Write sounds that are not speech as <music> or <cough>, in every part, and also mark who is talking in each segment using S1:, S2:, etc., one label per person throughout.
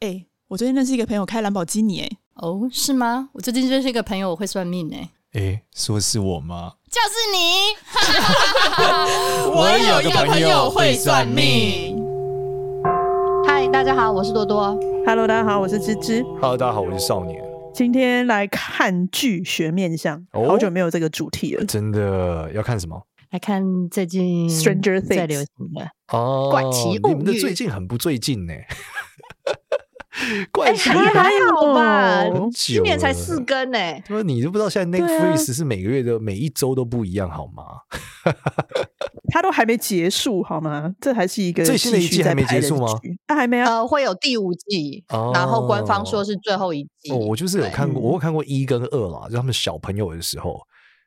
S1: 哎、我最近认识一个朋友开兰博基尼、哎，
S2: 哦，是吗？我最近认识一个朋友，我会算命呢、
S3: 诶，说是我吗？
S2: 就是你。
S3: 我有个朋友会算命。
S4: 嗨，大家好，我是多多。
S5: Hello，大家好，我是芝芝，
S6: Hello，大家好，我是少年。
S5: 今天来看剧学面相，
S6: 哦
S5: 好久没有这个主题了。
S6: 真的要看什么？
S2: 来看嗯最近
S5: Stranger
S2: 在
S5: Things
S2: 流行的，
S6: 哦
S4: 怪奇物
S6: 你们的
S4: 语
S6: 最近很不最
S4: <laughs>
S6: 近呢、怪奇
S5: 还
S6: 物
S5: 好
S6: 语。
S4: 哎好吧
S5: 很久
S6: 了，
S4: 今年才四更呢、
S6: 他说：“你都不知道，现在
S5: 对啊
S6: Netflix 是每个月的、每一周都不一样，好吗？
S5: 它都还没结束好吗？这还是一个
S6: 最新的一
S5: 继续
S6: 季还
S5: 在
S6: 没
S5: 拍
S6: 结
S5: 的
S6: 束吗
S5: 剧？它还没啊。
S4: 呃，会有第五季，
S6: 哦
S4: 然后官方说是最后一季。
S6: 哦，我就是有看过，
S5: 嗯
S6: 我有看过一跟二啦，就他们小朋友的时候，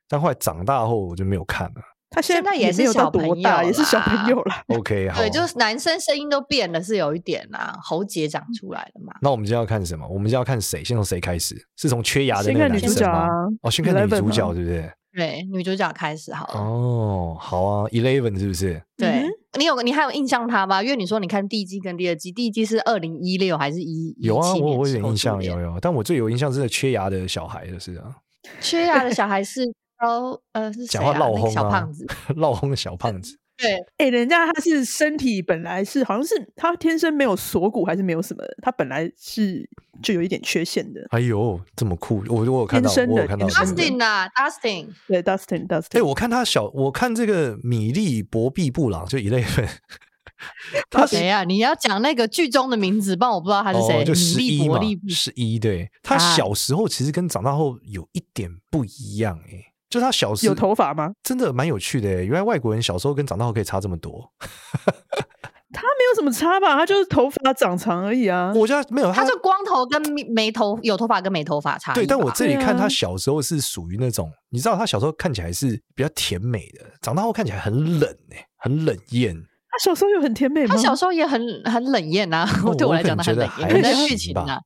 S6: 但后来长大后我就没有看了。
S5: 他现
S4: 现在也
S5: 也
S4: 是
S5: 没有到
S4: 小朋
S5: 多大，
S4: 友
S5: 也是小朋
S4: 啦
S5: 友啦。 <laughs>
S6: OK，好，
S4: 对，就是男生声音都变了，是有一点啦，喉结长出来了嘛。
S6: 那我们今天要看什么？我们今天要看谁？先从谁开始？是从缺牙的
S5: 先
S6: 那个
S5: 看
S6: 男
S5: 女主
S6: 生
S5: 角
S6: 吗
S5: 啊？
S6: 哦，先看女
S5: Eleven
S6: 主
S5: 啊
S6: 角，对不对？
S4: 对，女主角开始好了。
S6: 哦，好啊，Eleven 是不是？
S4: 对、
S5: 嗯
S4: 你有你还有印象她吗？因为你说你看第一季跟第二季，第一季是二零一六还是一
S6: 有啊，我我有点印象，有
S4: 有
S6: 有，但我最有印象是那缺牙的小孩，就是啊， <laughs>
S4: 缺牙的小孩是哦呃是谁
S6: 讲
S4: 啊？
S6: 话
S4: 那
S6: 闹
S4: 个
S6: 哄
S4: 小
S6: 啊
S4: 胖
S6: <laughs>
S4: 子，
S6: 闹哄的小胖子，
S4: 对，
S5: 哎、人家他是身体本来是好像是他天生没有锁骨还是没有什么，他本来是就有一点缺陷的。
S6: <laughs> 哎呦，这么酷！我我有看到，
S5: 天生的
S6: 我有看到
S5: 天
S6: 这
S5: 生的
S6: 个。
S4: Dustin 啊，Dustin，
S5: 对，Dustin Dustin，
S6: 哎，我看他小，我看这个米粒博毕布朗就 Eleven，他
S4: 谁啊？你要讲那个剧中的名字，不然我不知道他是谁。
S6: 哦，就
S4: 米
S6: 十
S4: 利
S6: 一
S4: 伯
S6: 嘛
S4: 利布，
S6: 十一对。他
S4: 啊
S6: 小时候其实跟长大后有一点不一样哎、就他小时
S5: 有头发吗？
S6: 真的蛮有趣的哎、原来外国人小时候跟长大后可以差这么多。
S5: 他没有什么差吧？他就是头发长长而已啊。
S6: 我家没有
S4: 他就光头跟没没头，有头发跟没头发差异吧。
S6: 对，但我这里
S5: 对
S6: 看
S5: 啊
S6: 他小时候是属于那种，你知道他小时候看起来是比较甜美的，长大后看起来很冷哎、很冷艳。
S5: 他小时候有很甜美吗？
S4: 他小时候也很很冷艳啊， <laughs> <laughs> 对我来
S6: 可
S4: 讲
S6: 能
S4: 他
S6: 哦觉
S4: 很
S6: 得
S4: 冷
S6: 还
S4: 艳，可是在
S6: 行
S4: 剧情
S6: 吧
S4: 啊，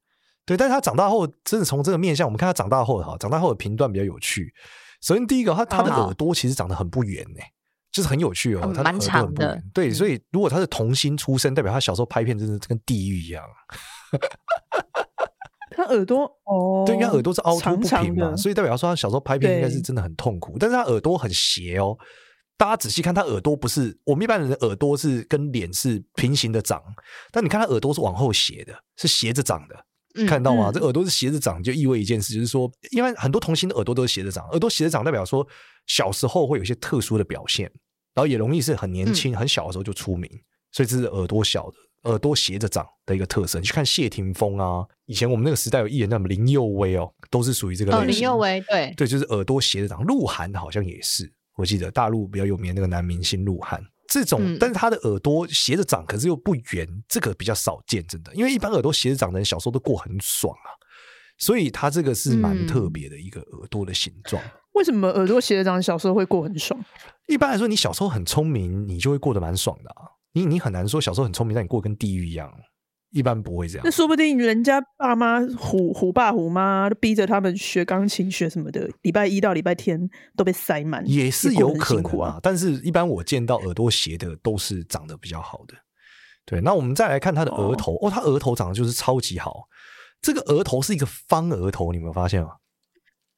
S6: 对，但是他长大后，真的从这个面相，我们看他长大后哈，长大后的评断比较有趣。首先第一个，他他的
S4: 哦
S6: 耳朵其实长得很不圆呢、就是很有趣哦，
S4: 嗯
S6: 他的
S4: 蛮
S6: 耳朵
S4: 长
S6: 很不
S4: 的嗯
S6: 圆。对，所以如果他是童星出身，代表他小时候拍片真的跟地狱一样。
S5: 他耳朵哦，
S6: 对，因为他耳朵是凹凸
S5: 长
S6: 不
S5: 长
S6: 平嘛，
S5: 的
S6: 所以代表说他小时候拍片应该是
S5: 对
S6: 真的很痛苦。但是他耳朵很斜哦，大家仔细看，他耳朵不是我们一般人的耳朵是跟脸是平行的长，但你看他耳朵是往后斜的，是斜着长的。
S4: 嗯
S6: 看到吗？这耳朵是斜着长，就意味一件事，就是说，因为很多童星的耳朵都是斜着长，耳朵斜着长代表说小时候会有一些特殊的表现，然后也容易是很
S5: 嗯
S6: 年轻、很小的时候就出名，所以这是耳朵小的、耳朵斜着长的一个特色。你去看谢霆锋啊，以前我们那个时代有艺人，那么林佑威哦，都是属于这个类
S4: 哦，
S6: 型。
S4: 林佑威，对，
S6: 对，就是耳朵斜着长。鹿晗好像也是，我记得大陆比较有名的那个男明星鹿晗。这种，
S4: 嗯
S6: 但是他的耳朵斜着长，可是又不圆，这个比较少见，真的。因为一般耳朵斜着长的人，小时候都过很爽啊，所以他这个是蛮
S4: 嗯
S6: 特别的一个耳朵的形状。
S5: 为什么耳朵斜着长小时候会过很爽？
S6: 一般来说，你小时候很聪明，你就会过得蛮爽的、啊。你你很难说小时候很聪明，但你过得跟地狱一样，一般不会这样
S5: 那。说不定人家爸妈虎虎爸虎妈逼着他们学钢琴学什么的，礼拜一到礼拜天都被塞满，
S6: 也是
S5: 过
S6: 有
S5: 得很
S6: 可
S5: 辛苦
S6: 能啊。但是一般我见到耳朵斜的都是长得比较好的。对，那我们再来看他的额头哦他额头长得就是超级好。这个额头是一个方额头，你有没有发现吗？啊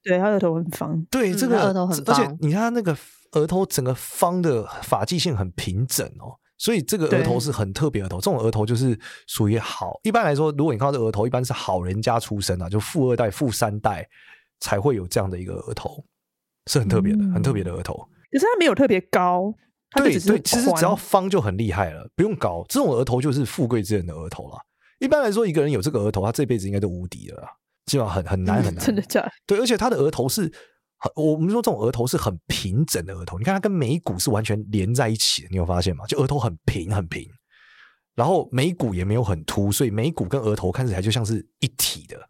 S5: 对他的头很方，
S6: 对，
S4: 嗯
S6: 这个、
S4: 他额头很
S6: 而且
S4: 方
S6: 你看他那个额头整个方的发际线很平整哦，所以这个额头
S5: 对
S6: 是很特别的额头。这种额头就是属于好，一般来说，如果你看到这个额头，一般是好人家出身啊，就富二代、富三代才会有这样的一个额头，是很特别的，很特别的额头。
S5: 可是他没有特别高，嗯他就
S6: 对
S5: 只是
S6: 对，其实只要
S5: 宽
S6: 方就很厉害了，不用搞这种额头就是富贵之人的额头了。一般来说，一个人有这个额头，他这辈子应该都无敌了啦，基本上很很难很难。
S5: <laughs> <laughs> 真的假的？
S6: 对，而且他的额头是很，我们说这种额头是很平整的额头，你看它跟眉骨是完全连在一起的，你有发现吗？就额头很平很平，然后眉骨也没有很凸，所以眉骨跟额头看起来就像是一体的，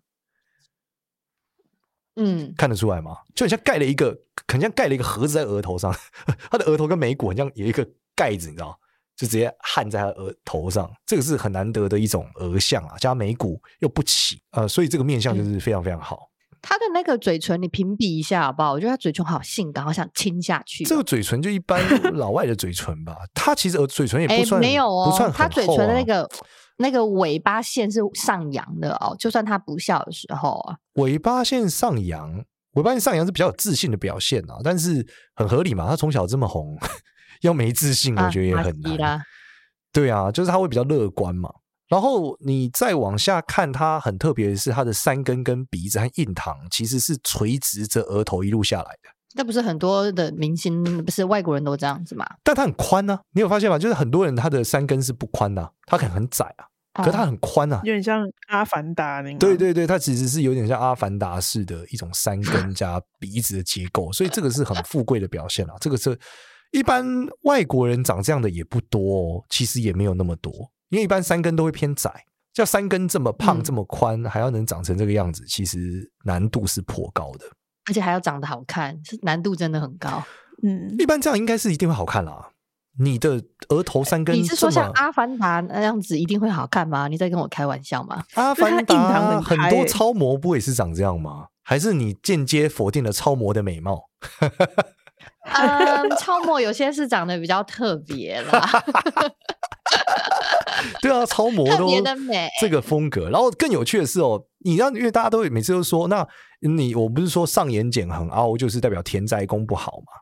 S4: 嗯，
S6: 看得出来吗？就很像盖了一个，很像盖了一个盒子在额头上， <laughs> 他的额头跟眉骨很像有一个盖子，你知道，就直接焊在他的额头上，这个是很难得的一种额相啊，加眉骨又不起，呃，所以这个面相就是非常非常好。
S4: 他的那个嘴唇，你评比一下好不好？我觉得他嘴唇好性感，好想亲下去哦。
S6: 这个嘴唇就
S4: <laughs>
S6: 一般老外的嘴唇吧，他其实呃嘴唇也
S4: 哎
S6: 不算、
S4: 没有哦，
S6: 不算很
S4: 他嘴唇的
S6: 厚啊
S4: 那个那个尾巴线是上扬的哦，就算他不笑的时候啊，
S6: 尾巴线上扬，尾巴线上扬是比较有自信的表现啊，但是很合理嘛，他从小这么红， <laughs> 要没自信，我
S4: 啊
S6: 觉得也
S4: 阿
S6: 很
S4: 基
S6: 难。
S4: 啦
S6: 对啊，就是他会比较乐观嘛。然后你再往下看，它很特别的是，它的三根跟鼻子和印堂其实是垂直着额头一路下来的，
S4: 那不是很多的明星，不是外国人都这样子吗？
S6: 但它很宽呢、你有发现吗？就是很多人他的三根是不宽的、它可能很窄啊，可是它
S4: 哦
S6: 很宽啊。
S5: 有点像《阿凡达》那个。
S4: 嗯
S6: 对，对对，它其实是有点像阿凡达式的一种三根加鼻子的结构，所以这个是很富贵的表现啊啦。这个是一般外国人长这样的也不多哦，其实也没有那么多，因为一般三根都会偏窄，叫三根这么胖
S4: 嗯
S6: 这么宽，还要能长成这个样子，其实难度是颇高的。
S4: 而且还要长得好看，是难度真的很高。
S5: 嗯，
S6: 一般这样应该是一定会好看啦。你的额头三根，
S4: 哎你是说像《阿凡达》那样子一定会好看吗？你在跟我开玩笑
S6: <laughs>
S4: 吗？
S6: 阿凡
S5: 就是它印
S6: 达很
S5: 堂很开
S6: 多
S5: 欸
S6: 超模不也是长这样吗？还是你间接否定了超模的美貌？
S4: 嗯，超模有些是长得比较特别
S6: <laughs>
S4: 啦， <laughs>
S6: 对啊，超模
S4: 特
S6: 都
S4: 别的美
S6: 这个风格。然后更有趣的是哦，你知道，因为大家都会每次都说，那你我不是说上眼睑很凹，就是代表田宅宫不好嘛？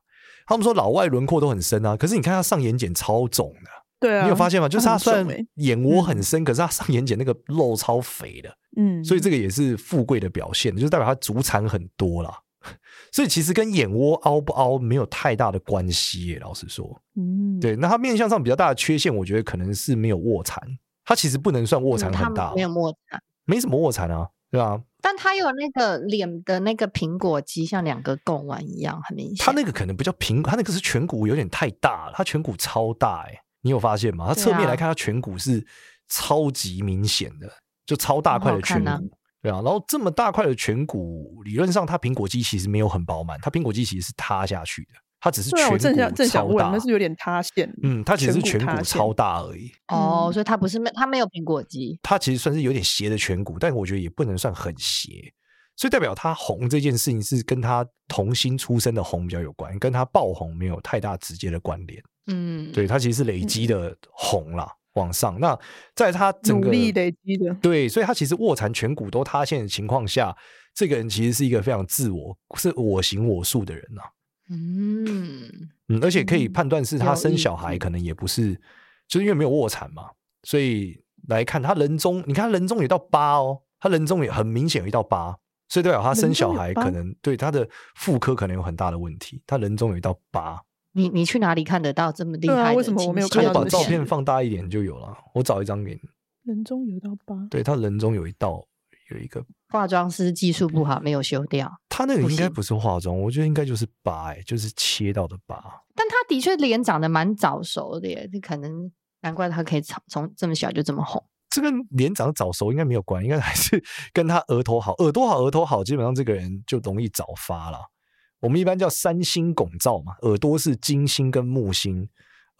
S6: 他们说老外轮廓都很深啊，可是你看他上眼睑超肿的，
S5: 对啊，
S6: 你有发现吗？就是他
S5: 很
S6: 虽然
S5: 肿欸
S6: 眼窝很深，可是他上眼睑那个肉超肥的，
S5: 嗯，
S6: 所以这
S5: 个
S6: 个也是富贵的表现，就是代表他祖产很多啦。 <laughs> 所以其实跟眼窝凹不凹没有太大的关系耶，老实说。
S5: 嗯，
S6: 对，那他面相上比较大的缺陷，我觉得可能是没有卧蚕，他其实不能算卧
S4: 嗯
S6: 蚕
S4: 他
S6: 很大、
S4: 们没有莫大，
S6: 没什么卧蚕啊，对吧、
S4: 但他有那个脸的那个苹果肌，像两个贡丸一样，很明显。
S6: 他那个可能比较平，他那个是颧骨有点太大了，他颧骨超大哎、你有发现吗？他
S4: 对
S6: 侧面
S4: 啊
S6: 来看，他颧骨是超级明显的，就超大
S4: 很
S6: 块
S4: 好
S6: 的颧
S4: 看啊
S6: 骨。对啊，然后这么大块的颧骨，理论上它苹果肌其实没有很饱满，它苹果肌其实是塌下去的，它只是
S5: 对啊，我正
S6: 颧
S5: 想
S6: 骨
S5: 正想
S6: 超
S5: 问，
S6: 大
S5: 那。是有点塌陷。
S6: 嗯，它其实是颧骨
S5: 塌陷
S6: 超大而已。
S4: 哦，
S5: 嗯
S4: 所以他不是没他没有苹果肌，
S6: 它其实算是有点斜的颧骨，但我觉得也不能算很斜，所以代表他红这件事情是跟他童星出身的红比较有关，跟他爆红没有太大直接的关联。
S4: 嗯，
S6: 对，它其实是累积的红啦，往上。那在他整个
S5: 努力累积的
S6: 对，所以他其实卧蚕颧骨都塌陷的情况下，这个人其实是一个非常自我、是我行我素的人啊呐、
S4: 嗯，
S6: 嗯，而且可以判断是他
S4: 有
S6: 生
S4: 意
S6: 小孩
S4: 义
S6: 可能也不是，就是因为没有卧蚕嘛，所以来看他人中，你看他人中有一道疤哦，他人中也很明显有一道疤，所以代表他生
S5: 人中
S6: 小
S5: 有
S6: 孩
S5: 疤
S6: 可能对他的妇科可能有很大的问题，他人中有一道疤，
S4: 你你去哪里看得到这么厉
S5: 对啊
S4: 害的
S5: 为
S4: 清
S5: 什
S4: 晰的图片？
S5: 么我没有
S6: 他
S5: 看
S6: 就
S5: 到
S6: 把
S5: 这
S6: 照
S5: 个
S6: 片放大一点就有了，我找一张给你，
S5: 人中有道疤，
S6: 对他人中有一道有一个。
S4: 化妆师技术不好，没有修掉。
S6: 他那个
S4: 不
S6: 应该
S4: 行
S6: 不是化妆，我觉得应该就是疤、欸，就是切到的疤。
S4: 但他的确脸长得蛮早熟的耶，这可能难怪他可以从从这么小就这么红。
S6: 这跟脸长早熟应该没有关，应该还是 <laughs> 跟他额头好，耳朵好，额头好，基本上这个人就容易早发了。我们一般叫三星拱照嘛，耳朵是金星跟木星，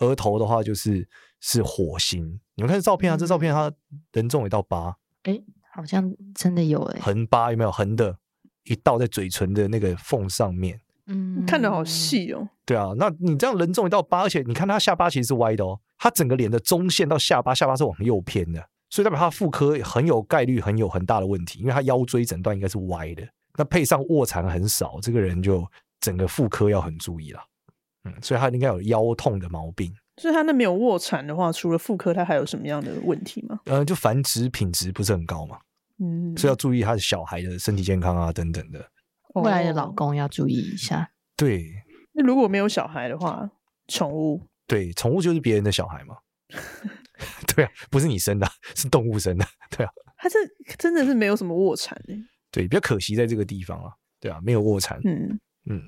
S6: 额头的话就是是火星。你们看这照片啊，这照片他人中有一道疤，
S4: 诶，好像真的有诶，
S6: 横疤有没有？横的，一道在嘴唇的那个缝上面。
S4: 嗯，
S5: 看得好。细哦。
S6: 对啊，那你这样人中一道疤，而且你看他下巴其实是歪的哦，他整个脸的中线到下巴，下巴是往右偏的，所以代表他妇科很有概率很有很大的问题，因为他腰椎诊断应该是歪的，那配上卧蚕很少，这个人就整个妇科要很注意了。嗯，所以他应该有腰痛的毛病，
S5: 所以他那没有卧蚕的话，除了妇科，他还有什么样的问题吗？
S6: 呃，就繁殖品质不是很高嘛，
S5: 嗯，
S6: 所以要注意他的小孩的身体健康啊等等的。
S4: 未来的老
S5: 哦。
S4: 公要注意一下，
S6: 对
S5: 那如果没有小孩的话，宠物
S6: 对，宠物就是别人的小孩嘛，对啊，不是你生的，是动物生的，对啊。
S5: 它这真的是没有什么卧蚕欸诶、
S6: 对，比较可惜在这个地方啊，对啊，没有卧蚕。
S5: 嗯，
S4: 嗯，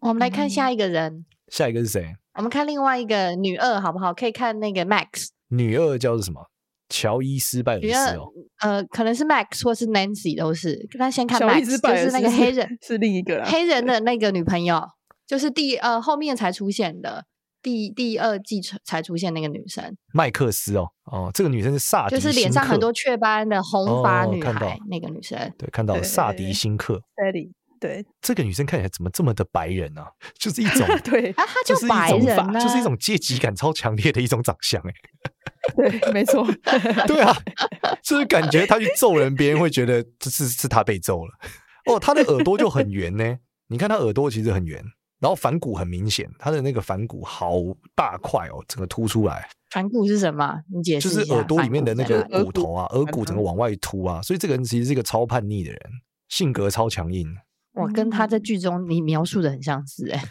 S4: 我们来看下一个人，
S6: 下一个是谁？
S4: 我们看另外一个女二好不好？可以看那个 Max，
S6: 女二叫做什么？乔伊斯拜尔
S4: 比
S6: 斯
S4: 较
S6: 哦，
S4: 呃，可能是 Max 或是 Nancy 都是，但先看
S5: 小
S4: Max
S5: 伊斯拜
S4: 就
S5: 尔
S4: 是那个
S5: 斯
S4: 黑人
S5: <laughs>
S4: <laughs>
S5: 是另一个啦
S6: 啊
S4: 黑人的那个女朋友，就是第呃后面才出现的。第第二季才才出现那个女生，
S6: 麦克斯哦，哦，这个女生是萨迪，
S4: 就是脸上很多雀斑的红发
S6: 哦
S4: 女
S6: 看到
S4: 孩，那个女生，
S6: 对，看到了
S5: 对
S6: 萨迪辛克
S5: Sally，对。
S6: 这个女生看起来怎么这么的白人呢、
S4: <laughs>
S6: 就是一种
S5: 对
S4: 啊，她
S6: 是一
S4: 白
S6: 种
S4: 人
S6: 法
S4: 啊， <laughs>
S6: 就是一种阶级感超强烈的一种长相、欸，
S5: 对，没错，
S6: 哎，对啊，就是感觉他去揍人，别人会觉得这是是他被揍了。哦，他的耳朵就很圆呢、你看他耳朵其实很圆，然后反骨很明显，他的那个反骨好大块哦，整个凸出来，
S4: 反骨是什么？你解释
S6: 就
S4: 一
S6: 是
S4: 下。
S6: 耳朵里面的那个
S5: 反骨在哪里
S6: 骨头啊，耳骨整个往外凸啊，所以这个人其实是一个超叛逆的人，性格超强硬。
S4: 我跟她在剧中你描述的很相似哎、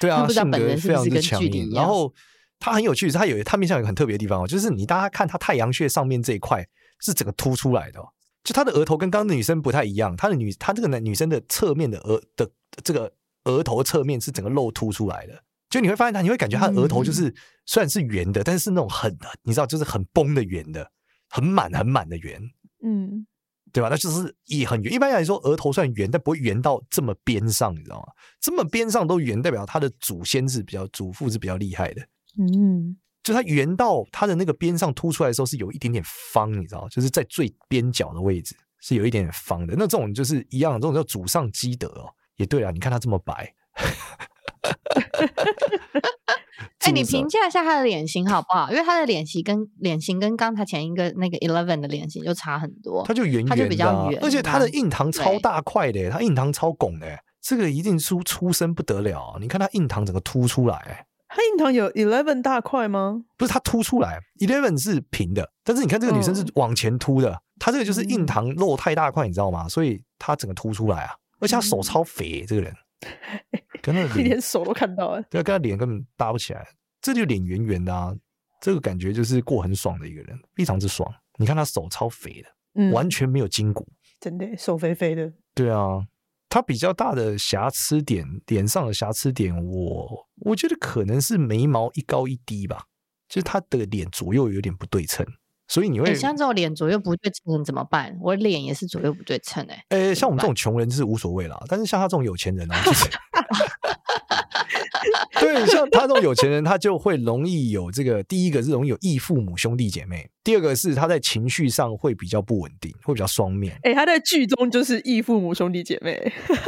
S6: 对啊，
S4: 不知道
S6: 性
S4: 本
S6: 格
S4: 人是
S6: 非
S4: 不
S6: 常
S4: 是
S6: 之
S4: 跟
S6: 强
S4: 距离
S6: 硬。
S4: 一
S6: 然
S4: 样
S6: 后他很有趣，他有他面相有一个很特别的地方哦，就是你大家看他太阳穴上面这一块是整个凸出来的、哦，就他的额头跟刚刚的女生不太一样，他的女他这个男女生的侧面的额的这个额头侧面是整个露凸出来的。就你会发现他，你会感觉他的额头
S4: 嗯
S6: 就是、虽然是圆的，但是那种很你知道就是很崩的圆的，很满很满的圆。
S5: 嗯，
S6: 对吧？那就是也很圆。一般来说，额头算圆，但不会圆到这么边上，你知道吗？这么边上都圆，代表他的祖先是比较祖父是比较厉害的。
S5: 嗯，
S6: 就它圆到它的那个边上凸出来的时候，是有一点点方，你知道吗，就是在最边角的位置是有一点点方的。那这种就是一样，这种叫祖上积德哦。也对啊，你看他这么白，
S4: 哎、
S6: <laughs>
S4: 你
S6: 注射
S4: 评价一下她的脸型好不好？因为她的脸型跟脸型跟刚才前一个那个 Eleven 的脸型就差很多。
S6: 它就圆
S4: 哦它就
S6: 圆
S4: 比
S6: 的啊、
S4: 较圆
S6: 而且它的
S4: 这样
S6: 印堂超
S4: 对
S6: 大块的耶，它印堂超拱的耶，这个一定出出生不得了啊。你看它印堂整个凸出来耶，
S5: 他印堂有 eleven 大块吗？
S6: 不是它凸出来，Eleven 是平的，但是你看这个女生
S4: 嗯
S6: 是往前凸的，她这个就是印堂肉太大块，你知道吗？所以她整个凸出来啊，而且她
S4: 嗯
S6: 手超肥，这个人
S4: <laughs>
S6: 跟她的
S5: 你
S6: 脸
S5: 连手都看到了，
S6: 对啊，跟她脸根本搭不起来，这就脸圆圆的啊，这个感觉就是过很爽的一个人，非常之爽。你看她手超肥的，
S5: 嗯，
S6: 完全没有筋骨。
S5: 真的欸手肥肥的，
S6: 对啊，她比较大的瑕疵点，脸上的瑕疵点我，我觉得可能是眉毛一高一低吧，就是她的脸左右有点不对称，所以你会
S4: 哎、像这种脸左右不对称怎么办？我脸也是左右不对称哎、
S6: 呃、
S4: 怎
S6: 像我
S4: 么
S6: 们这种穷人就是无所谓啦，但是像他这种有钱人啊，就是 <laughs> 对，像他这种有钱人，他就会容易有这个，第一个是容易有异父母兄弟姐妹，第二个是他在情绪上会比较不稳定，会比较双面。
S5: 哎、他在剧中就是异父母兄弟姐妹，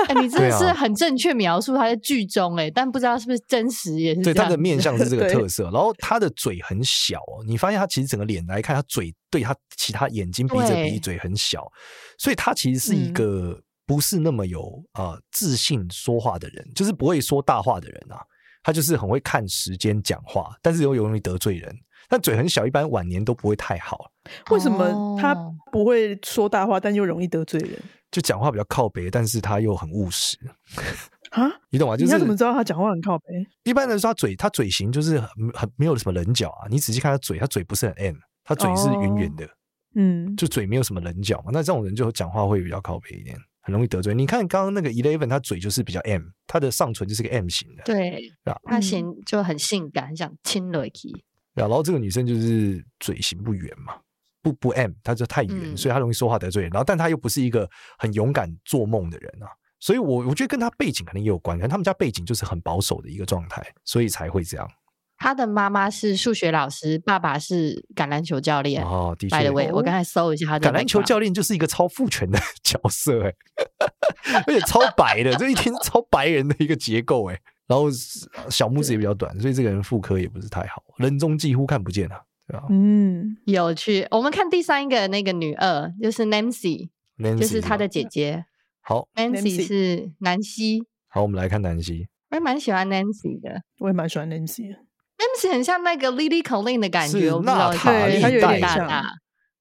S4: 哎你真
S6: 对
S4: 的是
S6: 啊
S4: 很正确描述她在剧中哎、但不知道是不是真实也是
S6: 对
S4: 这
S6: 他
S4: 样
S6: 的面
S4: 子
S6: 相是这个
S5: <laughs> 对
S6: 特色，然后他的嘴很小哦，你发现他其实整个脸来看，他嘴对他其他眼睛、鼻子、
S4: 对
S6: 鼻嘴很小，所以他其实是一
S4: 嗯
S6: 个不是那么有呃自信说话的人，就是不会说大话的人啊。他就是很会看时间讲话，但是又容易得罪人。但嘴很小，一般晚年都不会太好，
S5: 为什么他
S4: 哦
S5: 不会说大话，但又容易得罪人
S6: 就讲话比较靠北，但是他又很务实，
S5: 啊？
S6: 你懂吗？就
S5: 你
S6: 是
S5: 要怎么知道他讲话很靠背？
S6: 一般来说，他嘴他嘴型就是很很没有什么棱角啊。你仔细看他嘴，他嘴不是很 M，他嘴是圆
S5: 哦
S6: 圆的，
S5: 嗯，
S6: 就嘴没有什么棱角嘛。那这种人就讲话会比较靠北一点，很容易得罪。你看刚刚那个 Eleven，他嘴就是比较 M，他的上唇就是个 M 型的，
S4: 对
S6: 啊，
S4: 她型就很性感，很想亲 l u c
S6: 然后这个女生就是嘴型不圆嘛，不不 M，她就太圆，
S4: 嗯
S6: 所以她容易说话得罪人。然后，但她又不是一个很勇敢做梦的人啊，所以我我觉得跟她背景可能也有关，可能他们家背景就是很保守的一个状态，所以才会这样。
S4: 她的妈妈是数学老师，爸爸是橄榄球教练。
S6: 哦，的确
S4: By the way，、我刚才搜一下她的
S6: 橄榄球
S4: background
S6: 教练就是一个超父权的 <laughs> 角色、欸，而且超白的，这一天是超白人的一个结构、欸，然后是小拇指也比较短，所以这个人妇科也不是太好，人中几乎看不见啊，对吧、
S5: 嗯，
S4: 有趣。我们看第三个那个女二，就是 Nancy，
S6: Nancy 啊
S4: 就是她的
S6: 吧
S4: 姐姐。
S6: 好
S4: Nancy 是南希，
S6: 好，我们来看南希，
S4: 我也蛮喜欢 Nancy 的。
S5: 我也蛮喜欢 Nancy 的。
S4: 啊 Nancy 很像那个 Lily Collin 的感
S6: 是
S4: 觉，我不知
S6: 娜
S4: 道
S6: 塔
S4: 为
S5: 莉
S4: 什么
S5: 对她有点
S4: 大
S5: 像
S4: 大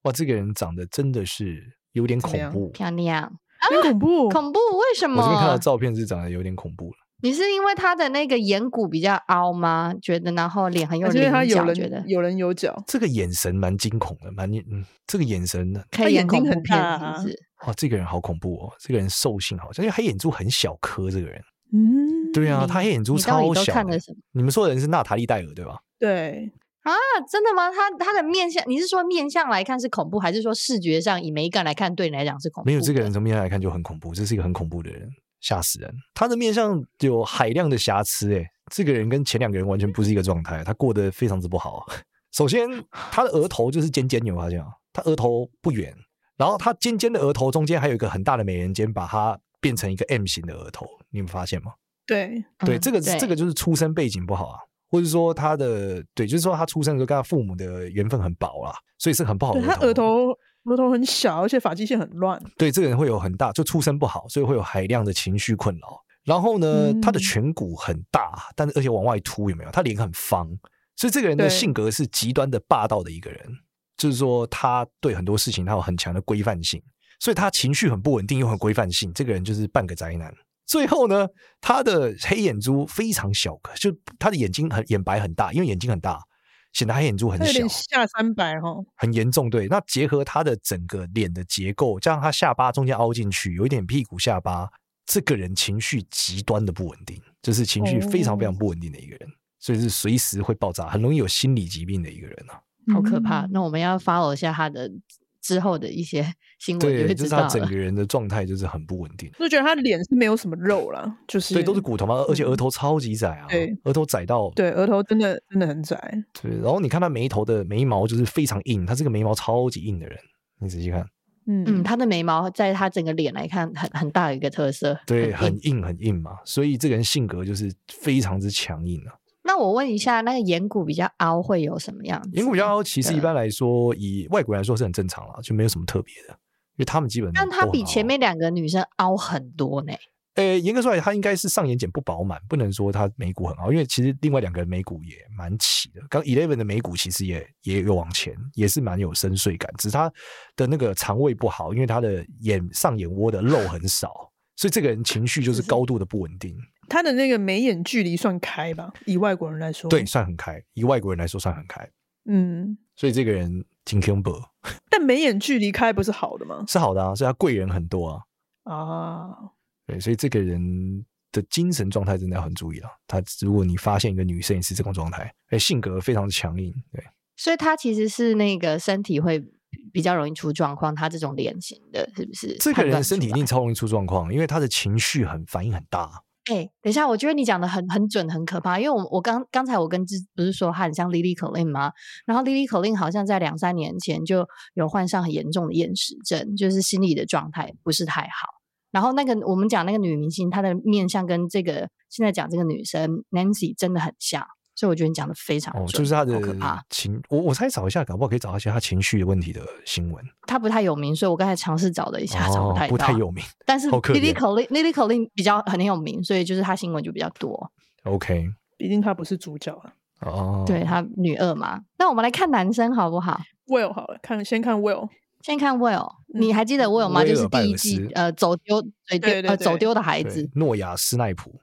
S6: 哇，这个人长得真的是有点恐
S5: 怎么样
S6: 怖，
S4: 漂亮，
S5: 很恐怖，
S4: 恐怖。为什
S6: 我这边看到
S4: 么？
S6: 照片是长得有点恐怖了，
S4: 你是因为她的那个眼骨比较凹吗？觉得然后脸很有
S5: 我觉得
S4: 棱
S5: 他有
S4: 角，觉得
S5: 人有人有脚，
S6: 这个眼神蛮惊恐的，蛮嗯，这个眼神
S4: 可
S5: 她
S4: 以演
S5: 眼睛
S4: 恐怖
S5: 很
S4: 片
S5: 大
S4: 是
S5: 啊
S4: 不是？
S6: 哇，这个人好恐怖哦，这个人兽性好像，因为黑眼珠很小颗，这个人，
S5: 嗯，
S6: 对啊，
S4: 你
S6: 他黑眼珠
S4: 你到底
S6: 超
S4: 都
S6: 小
S4: 看
S6: 的
S4: 了什么？
S6: 你们说的人是娜塔莉戴尔对吧？
S5: 对，
S4: 啊，真的吗？他他的面相，你是说面相来看是恐怖，还是说视觉上以美感来看对你来讲是恐怖的？
S6: 没有这个人从面相来看就很恐怖，这是一个很恐怖的人，吓死人。他的面相有海量的瑕疵、欸，哎，这个人跟前两个人完全不是一个状态，他过得非常之不好。 <laughs> 首先，他的额头就是尖尖，有发现吗？他额头不圆，然后他尖尖的额头中间还有一个很大的美人尖，把它变成一个 M 型的额头，你们发现吗？
S5: 对，
S6: 对，
S4: 嗯
S6: 这个
S4: 对
S6: 这个就是出生背景不好啊，或者说他的对，就是说他出生的时候跟他父母的缘分很薄啦，所以是很不好的
S5: 对
S6: 额
S5: 他额头额头很小，而且发际线很乱。
S6: 对这个人会有很大，就出身不好，所以会有海量的情绪困扰。然后呢，他的
S5: 嗯
S6: 颧骨很大，但是而且往外凸，有没有？他脸很方，所以这个人的
S5: 对
S6: 性格是极端的霸道的一个人，就是说他对很多事情他有很强的规范性，所以他情绪很不稳定又很规范性，这个人就是半个宅男。最后呢，他的黑眼珠非常小颗，就他的眼睛很眼白很大，因为眼睛很大，显得黑眼珠很
S5: 他有
S6: 小
S5: 点。下三白哈，
S6: 很严重，对。那结合他的整个脸的结构，加上他下巴中间凹进去，有一点屁股下巴，这个人情绪极端的不稳定，就是情绪非常非
S4: 哦
S6: 常不稳定的一个人，所以是随时会爆炸，很容易有心理疾病的一个人啊。
S4: 好可怕。那我们要 follow 一下他的之后的一些新闻，就
S6: 对，
S4: 会知
S6: 就是
S4: 道了。
S6: 他整个人的状态就是很不稳定，
S5: 就觉得他脸是没有什么肉啦，就是
S6: 对，都是骨头嘛，而
S4: 嗯
S6: 且额头超级窄啊
S5: 对，
S6: 额头窄到
S5: 对额头真的真的很窄，
S6: 对，然后你看他眉头的眉毛就是非常硬，他是个眉毛超级硬的人，你仔细看，
S5: 嗯
S4: 嗯，他的眉毛在他整个脸来看很很大的一个特色，
S6: 对，
S4: 很硬
S6: 很硬很硬嘛，所以这个人性格就是非常之强硬啊。
S4: 那我问一下，那个眼骨比较凹会有什么样子？
S6: 眼骨比较，凹，其实
S4: 对
S6: 一般来说，以外国人来说是很正常了，就没有什么特别的，因为他们基本
S4: 但
S6: 都
S4: 他
S6: 很
S4: 比
S6: 凹
S4: 前，面两个女生凹很多呢。
S6: 呃，严格说来，他应该是上眼睑不饱满，不能说他眉骨很凹，因为其实另外两个人眉骨也蛮起的。刚 Eleven 的眉骨其实也也有往前，也是蛮有深邃感，只是他的那个肠胃不好，因为他的眼上眼窝的肉很少，所以这个人情绪就是高度的不稳定。
S5: 他的那个眉眼距离算开吧，以外国人来
S4: 哦
S5: 说，
S6: 对，，算很开，以外国人来说算很开，
S5: 嗯，
S6: 所以这个人挺 c u m b e
S5: 但眉眼距离开不是好的吗？
S6: 是好的啊，所以他贵人很多啊。
S5: 啊，
S6: 对，所以这个人的精神状态真的要很注意了。他如果你发现一个女生也是这种状态，哎，性格非常强硬，对，
S4: 所以他其实是那个身体会比较容易出状况，他这种脸型的，是不是？
S6: 这个
S4: 判
S6: 人
S4: 断
S6: 身体一
S4: 出来
S6: 定超容易出状况，因为他的情绪很反应很大。
S4: 哎、等一下，我觉得你讲的很很准，很可怕。因为我我刚刚才我跟之不是说他很像 Lily Collin 吗？然后 Lily Collin 好像在两三年前就有患上很严重的厌食症，就是心理的状态不是太好。然后那个我们讲那个女明星，她的面相跟这个现在讲这个女生 Nancy 真的很像，所以我觉得你讲的非常
S6: 哦
S4: 准，，
S6: 就是他的
S4: 好可怕。
S6: 情，我我猜找一下，搞不好可以找到一些他情绪有问题的新闻。
S4: 她不太有名，所以我刚才尝试找了一下，找
S6: 哦
S4: 不太，
S6: 不太
S4: 到
S6: 有名。
S4: 但是
S6: 好可
S4: Lily
S6: 怜
S4: Collin Lily Collin 比较很有名，所以就是她新闻就比较多。
S6: OK，
S5: 毕竟他不是主角啊。
S6: 哦，
S4: 对，她女二嘛。那我们来看男生好不好？
S5: Will 好了，看先看 Will， <laughs>
S4: 先看 Will，、你
S5: 嗯
S4: 还记得 Will 吗？
S6: 威
S4: 就是
S6: 尔拜
S4: 第一
S6: 尔
S4: 季
S6: 斯
S4: 呃走丢嘴丢
S5: 对对
S4: 呃走
S5: 对
S4: 丢的孩
S6: 对
S4: 子，
S6: 诺亚斯奈普，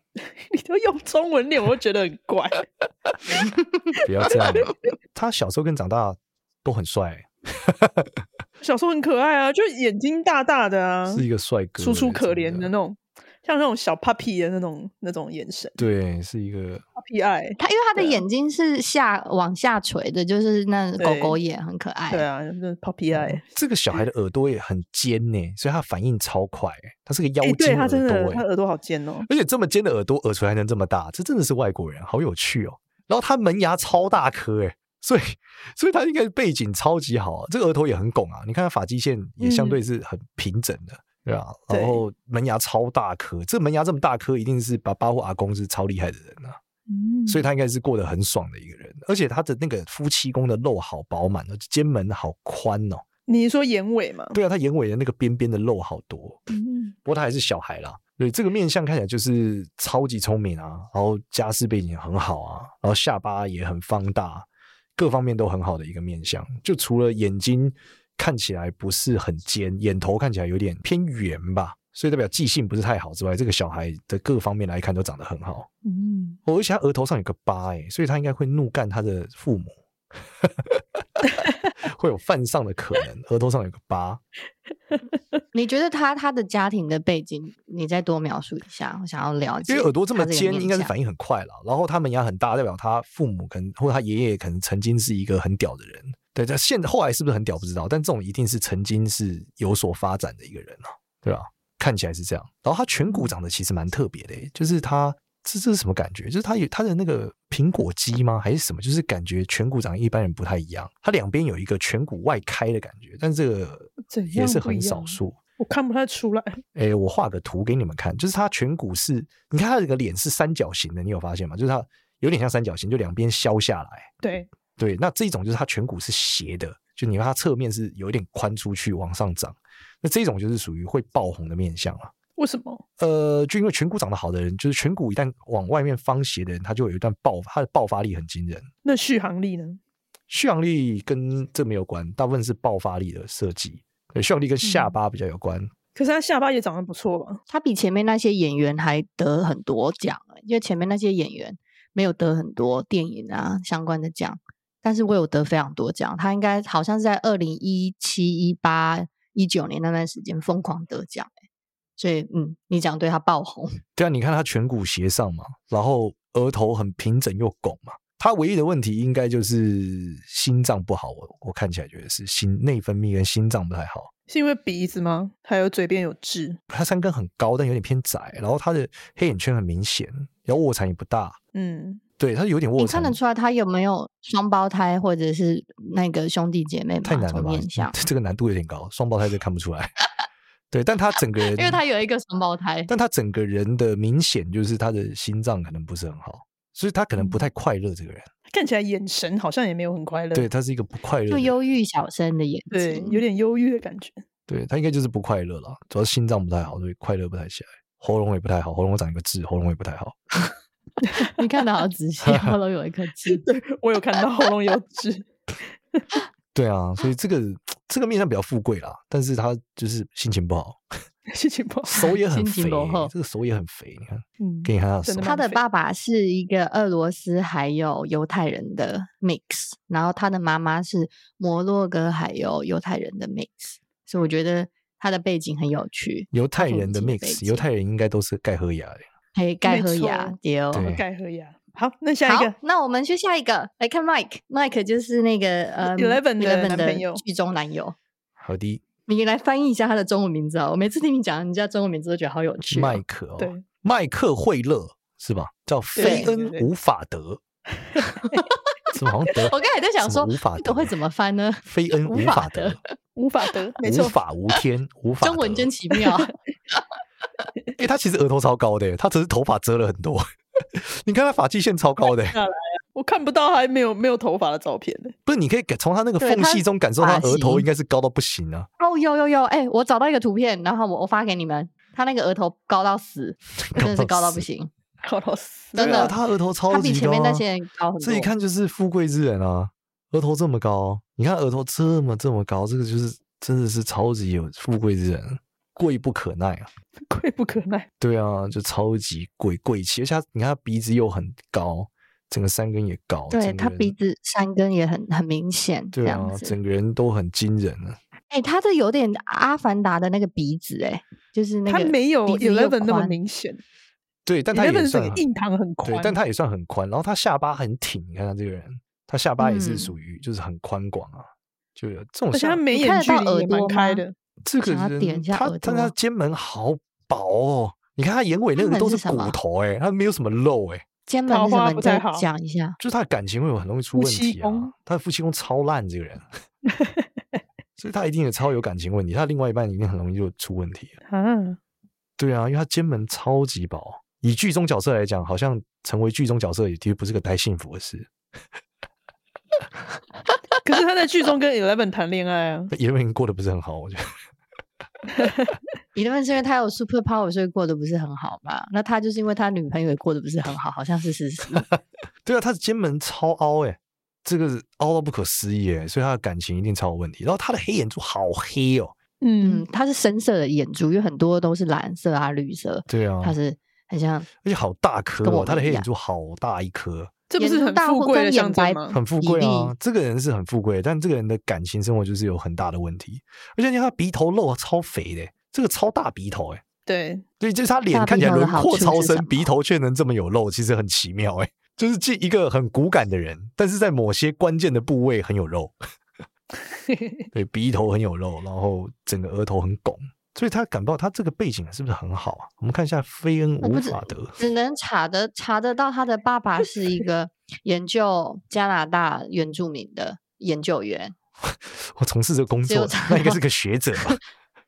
S5: 你都用中文念，我就觉得很怪。
S6: 不要
S4: <laughs>
S6: 这样。他小时候跟长大都很帅，
S5: 小时候很可爱啊，就眼睛大大的
S4: 嗯
S5: 啊，
S6: 是一个帅哥，哎
S5: 楚楚
S6: 真
S5: 可怜的那种，像那种小 puppy 的那种那种眼神
S6: 对，是一个
S5: ，puppy 爱。
S4: 他因为他的
S5: 对啊
S4: 眼睛是下往下垂的，就是那狗
S5: 对
S4: 狗眼很可爱。
S5: 对啊，那 puppy 爱，
S6: 这个
S5: 嗯
S6: 小孩的耳朵也很尖呢、所以他反应超快、欸，他是个妖
S5: 哎，对
S6: 精
S5: 他
S6: 耳
S5: 真
S6: 朵、
S5: 的，
S6: 欸，
S5: 他耳朵好尖哦。
S6: 而且这么尖的耳朵，耳垂还能这么大，这真的是外国人，好有趣哦。然后他门牙超大颗、欸，所以所以他应该背景超级好、啊，这个额头也很拱啊，你看他发际线也相对是很平整的。对啊，然
S5: 嗯对
S6: 后门牙超大颗，这门牙这么大颗，一定是爸爸或阿公是超厉害的人啊，
S5: 嗯
S6: 所以他应该是过得很爽的一个人，而且他的那个夫妻宫的肉好饱满哦，肩门好宽哦，
S5: 你说眼尾嘛，
S6: 对啊，他眼尾的那个边边的肉好多，哦不过他还是小孩啦。对，这个面相看起来就是超级聪明啊，然后家世背景很好啊，然后下巴也很方大，各方面都很好的一个面相。就除了眼睛看起来不是很尖，眼头看起来有点偏圆吧，所以代表记性不是太好之外，这个小孩的各方面来看都长得很好。
S5: 嗯，
S6: 哦，而且欸他额头上有个疤哎、所以他应该会怒干他的父母。 <laughs> 会有犯上的可能，额头上有个疤。
S4: 你觉得他他的家庭的背景，你再多描述一下，我想要了解。
S6: 因为耳朵这么尖，应该是反
S4: 应。
S6: 应很快了。然后他门牙很大，代表他父母可能或者他爷爷可能曾经是一个很屌的人。对，但现后来是不是很屌不知道，但这种一定是曾经是有所发展的一个人啊，对吧？看起来是这样。然后他颧骨长得其实蛮特别的、欸，就是他这这是什么感觉？就是他有他的那个苹果肌吗？还是什么？就是感觉颧骨长得一般人不太一样，他两边有一个颧骨外开的感觉，但这个
S5: 怎
S6: 也
S5: 样
S6: 是
S5: 不
S6: 很
S5: 一
S6: 少
S5: 样啊
S6: 数。
S5: 我看不太出来。 <laughs>
S6: 诶，我画个图给你们看，就是他颧骨是，你看他这个脸是三角形的，你有发现吗？就是他有点像三角形，就两边削下来。
S5: 对，
S6: 对，那这一种就是他颧骨是斜的，就你看他侧面是有一点宽出去往上长，那这种就是属于会爆红的面相了。
S5: 为什么？
S6: 呃，就因为颧骨长得好的人，就是颧骨一旦往外面方斜的人，他就有一段爆，他的爆发力很惊人。
S5: 那续航力呢？
S6: 续航力跟这没有关，大部分是爆发力的设计。对，续航力跟下巴比较有关，
S5: 可是他下巴也长得不错吧？
S4: 他比前面那些演员还得很多奖、欸，因为前面那些演员没有得很多电影啊相关的奖，但是我有得非常多奖。他应该好像是在二零一七、一八、一九年那段时间疯狂得奖、欸，所以嗯，你讲对他爆红，
S6: 对啊，你看他颧骨斜上嘛，然后额头很平整又拱嘛。他唯一的问题应该就是心脏不好，我我看起来觉得是心内分泌跟心脏不太好。
S5: 是因为鼻子吗？还有嘴边有痣？
S6: 他三根很高，但有点偏窄，然后他的黑眼圈很明显，然后卧蚕也不大，
S5: 嗯，
S6: 对他有点卧
S4: 你
S6: 蚕
S4: 看得。出来他有没有双胞胎或者是那个兄弟姐妹吗？
S6: 太难了
S4: 从
S6: 吧
S4: 面相？，
S6: 这个难度有点高，双胞胎就看不出
S4: <laughs>
S6: 来。对，但他整个人，
S4: 因为他有一个双胞胎，
S6: 但他整个人的明显就是他的心脏可能不是很好，所以他可能
S4: 嗯
S6: 不太快乐。这个人，
S5: 看起来眼神好像也没有很快乐。
S6: 对他是一个不快乐
S4: 就
S6: 的人。
S4: 忧郁小生的眼
S5: 对，
S4: 睛，
S5: 有点忧郁的感觉。
S6: 对他应该就是不快乐啦，主要是心脏不太好，所以快乐不太起来，喉咙也不太好，喉咙长一个痣，喉咙也不太好。
S4: 你看的好仔
S6: <laughs>
S4: 细，后头有一颗痣。
S5: 我有看到喉咙有痣， <laughs>
S6: 对啊，所以这个
S4: 嗯
S6: 这个面相比较富贵啦，但是他就是心情不好，
S5: 心情不好。
S6: 手
S4: <laughs>
S6: 也很
S4: 哦心情
S6: 肥、
S4: 落后
S6: 这个手也很肥，你看，
S5: 嗯，
S6: 给你看他的手
S5: 真，的
S4: 他
S5: 浪
S4: 的
S5: 费
S4: 爸爸是一个俄罗斯还有犹太人的 mix，然后他的妈妈是摩洛哥还有犹太人的 mix，所以我觉得他的背景很有趣，
S6: 犹太
S4: 父
S6: 人的
S4: 亲的背
S6: mix，
S4: 景
S6: 犹太人应该都是盖喝牙的。
S4: 可以盖
S5: 没
S4: 和牙
S5: 错
S4: 丢。
S6: 对
S5: 盖和牙。啊好，那下一
S4: 好
S5: 个，
S4: 那我们去下一个，来看 Mike。Mike 就是那个呃
S5: Eleven 的男朋友
S4: 剧中男友。
S6: 好
S4: <laughs>
S6: 的，
S4: 你来翻译一下他的中文名字啊！我每次听你讲人家中文名字都觉得好有趣哦、
S6: 麦克哦，
S5: 对，
S6: 麦克惠勒是吧？叫菲
S4: 对
S5: 对
S6: 恩
S5: 对
S6: 伍法
S4: <laughs>
S6: 德，怎么好像德？
S4: 我刚才在想
S6: 什
S4: 说，
S6: 么无法
S4: 这个
S6: 德
S4: 会怎么翻呢？
S6: 菲恩
S4: 无
S6: 伍
S4: 法
S6: 法
S4: 德
S6: 德，
S5: 无法得，没
S6: 无
S5: 错，
S6: 法无天，无法
S4: 中文
S6: 德
S4: 真奇 <laughs> 妙。
S6: 哎、他其实额头超高的耶，他只是头发遮了很多。 <laughs> 你看他发际线超高的耶，欸
S4: <laughs>
S5: 我看不到还没有没有头发的照片呢。 <laughs>
S6: 不是？你可以感从他那个
S4: 对
S6: 缝
S4: 他
S6: 隙中感受他
S4: 发
S6: 额头
S4: 型
S6: 应该是高到不行啊，
S4: 哦，有有有，哎、我找到一个图片，然后我我发给你们，他那个额头高到死，真的是高到不
S6: 死。 <laughs>
S4: 行，
S5: 高老师，
S4: 真
S6: 对啊
S4: 的，
S6: 他额头超
S4: 他
S6: 级高、啊，
S4: 比前面那些人高很多。
S6: 这一看就是富贵之人啊，额头这么高，你看额头这么这么高，这个就是真的是超级有富贵之人，贵不可耐啊。
S5: 贵不可耐。
S6: 对啊，就超级贵贵气，而且他你看他鼻子又很高，整个山根也高，
S4: 对
S6: 整个
S4: 他
S6: 人
S4: 鼻子山根也很很明显，这
S6: 对
S4: 样
S6: 啊，
S4: 子。
S6: 整个人都很惊人啊。
S4: 哎、他这有点《阿凡达》的那个鼻子、哎，就是那个
S5: 他没有
S4: 鼻子又
S5: Eleven 那么
S4: 宽
S5: 明显，
S6: 对，但他也
S5: Eleven
S6: 算
S5: 整个
S6: 很
S5: 硬糖很
S6: 对
S5: 宽，，
S6: 但他也算很宽，然后他下巴很挺，你看他这个人，他下巴也是
S4: 嗯
S6: 属于就是很宽广啊，就有这种
S5: 而且
S6: 下
S5: 他眉
S4: 你看
S5: 眼
S4: 得到
S5: 距离
S4: 耳
S5: 也蛮
S4: 朵
S5: 开
S4: 吗
S5: 的，
S6: 这个
S4: 想要
S6: 人
S4: 点一下
S6: 他
S4: 耳
S6: 但他
S4: 朵
S6: 肩门好薄哦，你看他眼尾那
S4: 肩
S6: 个
S4: 门
S6: 都
S4: 是
S6: 是
S4: 什么
S6: 骨头哎、他没有什么肉哎、
S4: 肩膀
S5: 桃
S4: 是什
S5: 花
S4: 么？
S5: 不
S4: 你
S5: 太
S4: 再
S5: 好
S4: 讲一下。
S6: 就是他的感情会有很容易出
S5: 夫
S6: 问
S5: 妻
S6: 题啊
S5: 宫，
S6: 他的夫妻宫超烂这
S4: <laughs>
S6: 个人，所以他一定也超有感情问题，他另外一半一定很容易就出问题。
S5: 啊，
S6: 对啊，因为他肩门超级薄，以剧中角色来讲，好像成为剧中角色也的确不是个太幸福的事。
S5: 可是他在剧中跟 Eleven 谈恋爱啊，
S6: 也文过得不是很好，我觉得。 <laughs>
S4: 理论是因为他有 super power，所以过得不是很好吧？那他就是因为他女朋友也过得不是很好，好像是事实。
S6: 对啊，他的肩门超凹哎、这个凹到不可思议哎、所以他的感情一定超有问题。然后他的黑眼珠好黑哦，
S5: 嗯 <laughs>
S4: 嗯，，它是深色的眼珠，有很多都是蓝色啊、绿色，
S6: 对啊，
S4: 它是很像
S6: 而且好大颗
S4: 跟我
S6: 哦，
S4: 们
S6: 他的黑
S4: 一
S6: 眼
S4: 样
S6: 珠好大一颗，
S5: 这不是很富贵的象征
S4: 嗯
S5: 吗？
S6: 很富贵啊，这个人是很富贵，但这个人的感情生活就是有很大的问题。而且你看他鼻头肉超肥的，这个超大鼻头哎， <laughs>
S5: 对，
S6: 所以就是他脸
S4: 大
S6: 看起来
S4: 鼻头
S6: 轮
S4: 的好
S6: 廓
S4: 处
S6: 超
S4: 是什
S6: 深，
S4: 么
S6: 鼻头却能这么有肉，其实很奇妙哎。就是这一个很骨感的人，但是在某些关键的部位很有肉，对，鼻头很有肉，然后整个额头很拱，所以他感到他这个背景是不是很好啊？我们看一下菲恩
S4: 我
S6: 伍
S4: 不知
S6: 法德，
S4: 只能查得查得到他的爸爸是一个研究加拿大原住民的研究员，
S6: 我从事这个工
S4: 只有
S6: 作
S4: 查，
S6: 那应该是个学者
S5: <laughs>
S6: 吧？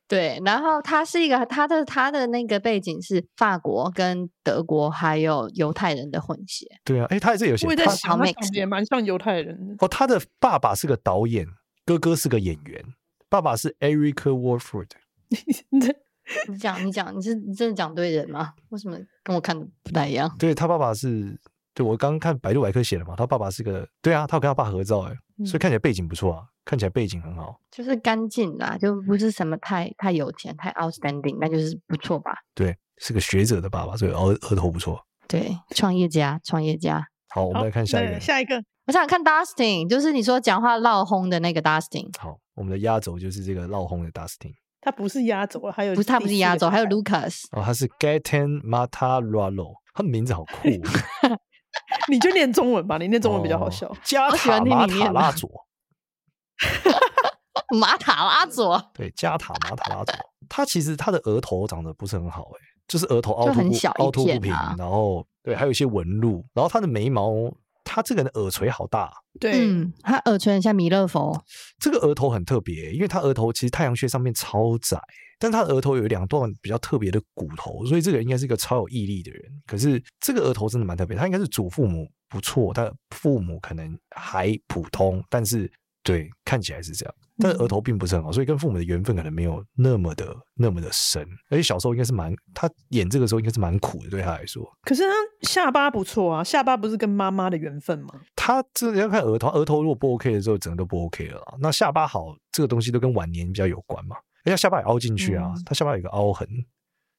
S4: 对，然后他是一个他的他的那个背景是法国跟德国还有犹太人的混血，
S6: 对啊，哎，他也是有些
S5: 我也在
S6: 他
S5: 想，
S4: 好
S5: 他
S4: mix
S5: 长得也蛮像犹太人 <laughs> 的。
S6: 哦，他的爸爸是个导演，哥哥是个演员，爸爸是 Eric Warford。
S4: 你讲你讲你是你真的讲对人吗？为什么跟我看的不太一样？
S6: 对他爸爸是，对我刚刚看百度百科写的嘛，他爸爸是个，对啊，他有跟他爸合照哎，
S5: 嗯
S6: 所以看起来背景不错啊，看起来背景很好。
S4: 就是干净啦，就不是什么太太有钱、太 outstanding，那就是不错吧？
S6: 对，是个学者的爸爸，所以额额头不错。
S4: 对，创业家，创业家。
S6: 好，我们
S5: 好
S6: 来看下一
S5: 那
S6: 个。
S5: 下一个，
S4: 我想看 Dustin，就是你说讲话闹轰的那个 Dustin，
S6: 好，我们的压轴就是这个闹红的 Dustin
S5: 他不是压轴，还有
S6: 呃
S4: 不是他不
S5: 第
S4: 是
S5: 四
S4: 压
S5: 个
S4: 轴，还有
S5: 小
S4: Lucas， <laughs>
S6: 哦，他是 Gaten Mataralo，他的名字好酷
S4: <laughs>
S6: 哦，
S5: 孩你就念中文吧，你念中文比较好
S6: 哦
S5: 笑。
S6: 加
S4: 我喜欢
S6: 塔
S4: 听
S6: 马
S4: 你
S6: 塔
S4: 念
S6: 拉
S4: 啊
S6: 佐，
S4: 马塔拉佐，
S6: 对，加塔马塔拉佐，他其实他的额头长得不是很好、欸，就是额头凹
S4: 就
S6: 凸
S4: 很
S6: 不
S4: 小一
S6: 凹凸不
S4: 片
S6: 平，
S4: 啊
S6: 然后对，还有一些纹路，然后他的眉毛，他这个人的耳垂好大，
S5: 对，
S4: 嗯，他耳垂很像弥勒佛，
S6: 这个额头很特别、因为他额头其实太阳穴上面超窄，但他的额头有两段比较特别的骨头，所以这个人应该是一个超有毅力的人。可是这个额头真的蛮特别，他应该是祖父母不错，但父母可能还普通，但是对看起来是这样，但是额头并不是很好，所以跟父母的缘分可能没有那么的那么的深。而且小时候应该是蛮，他演这个时候应该是蛮苦的，对他来说。
S5: 可是他下巴不错啊，下巴不是跟妈妈的缘分吗？
S6: 他这要看额头，额头如果不 OK 的时候，整个都不 OK 了啦。那下巴好，这个东西都跟晚年比较有关嘛。人家下巴也凹进去啊，他下巴有一个凹痕，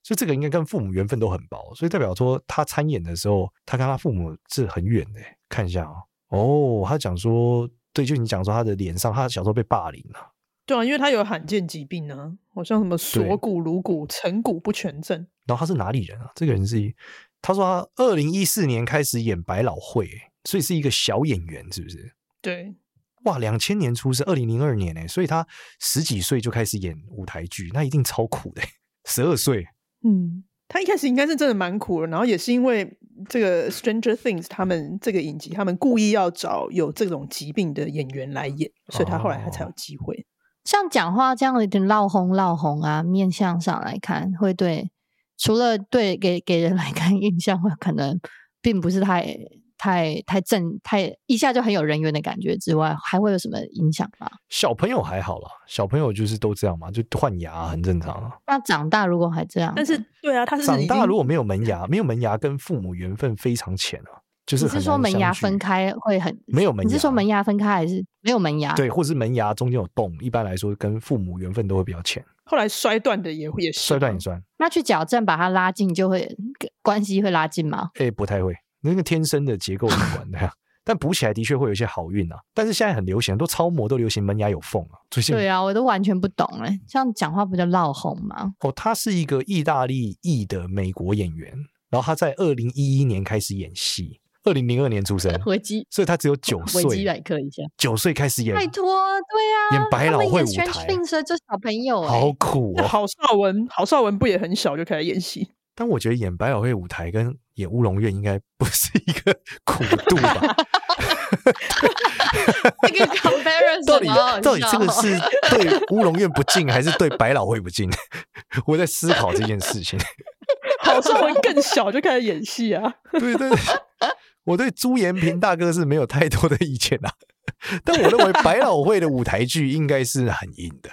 S6: 所以这个应该跟父母缘分都很薄，所以代表说他参演的时候，他跟他父母是很远的欸、看一下啊、哦，他讲说，对，就你讲说他的脸上，他小时候被霸凌了、
S5: 对啊，因为他有罕见疾病啊，好像什么锁
S6: 对
S5: 骨、颅骨、成骨不全症。
S6: 然后他是哪里人啊？这个人是一，他说他二零一四年开始演百老汇欸、所以是一个小演员，是不是？
S5: 对，
S6: 哇，两千年出生，二零零二年哎，所以他十几岁就开始演舞台剧，那一定超苦的。十二岁，
S5: 嗯，他一开始应该是真的蛮苦的，然后也是因为这个《Stranger Things》他们这个影集，他们故意要找有这种疾病的演员来演，
S6: 哦
S5: 所以他后来他才有机会。
S4: 像讲话这样有点闹轰闹轰啊，面相上来看会对，除了对给给人来看印象会可能并不是太太太正太一下就很有人缘的感觉之外，还会有什么影响吗？
S6: 小朋友还好啦，小朋友就是都这样嘛，就换牙很正常啊。
S4: 那长大如果还这样，
S5: 但是，对啊，他是
S6: 嗯长
S5: 已
S6: 大
S5: 经
S6: 如果没有门牙，没有门牙跟父母缘分非常浅啊，就是
S4: 你
S6: 很
S4: 是说
S6: 难
S4: 门
S6: 相
S4: 牙
S6: 聚
S4: 分开会很
S6: 没有门牙，
S4: 你是说门牙分开还是没有门牙？
S6: 对，或是门牙中间有洞，一般来说跟父母缘分都会比较浅，
S5: 后来摔断的也也是
S6: 摔
S4: 哦
S6: 断
S5: 嘛
S6: 也算，
S4: 那去矫正把它拉近，就会关系会拉近吗？
S6: 哎、不太会，那个天生的结构有关的、呀。 <laughs> 但补起来的确会有一些好运啊，但是现在很流行，都超模都流行门牙有缝啊，最近
S4: 对啊，我都完全不懂哎、像讲话不叫闹红吗？
S6: 哦，他是一个意大利裔的美国演员，然后他在二零一一年开始演戏，二零零二年出生，
S4: 维基
S6: 所以他只有九
S4: 维基
S6: 岁，
S4: 百科一下，
S6: 九岁开始
S4: <laughs>
S6: 演，
S4: 拜托，对啊，
S6: 演百老汇舞台
S4: 就小朋友哎、
S6: 好苦
S4: <laughs>
S5: 那
S6: 哦。
S5: 郝邵文，郝邵文不也很小就开始演戏？
S6: <laughs> 但我觉得演百老汇舞台跟演乌龙院应该不是一个苦度
S4: <laughs>
S6: 吧？
S4: 这
S6: <laughs>
S4: 个 comparison
S6: 到底
S4: 好好
S6: 到底
S4: 笑
S6: 这个
S4: 哦 <laughs>
S6: 是对乌龙院不敬，还是对百老汇不敬？ <laughs> 我在思考这件事情。
S5: 郝邵文更小就开始演戏啊！
S6: <laughs> 对对，对我对朱延平大哥是没有太多的意见啊，但我认为百老汇的舞台剧应该是很硬的，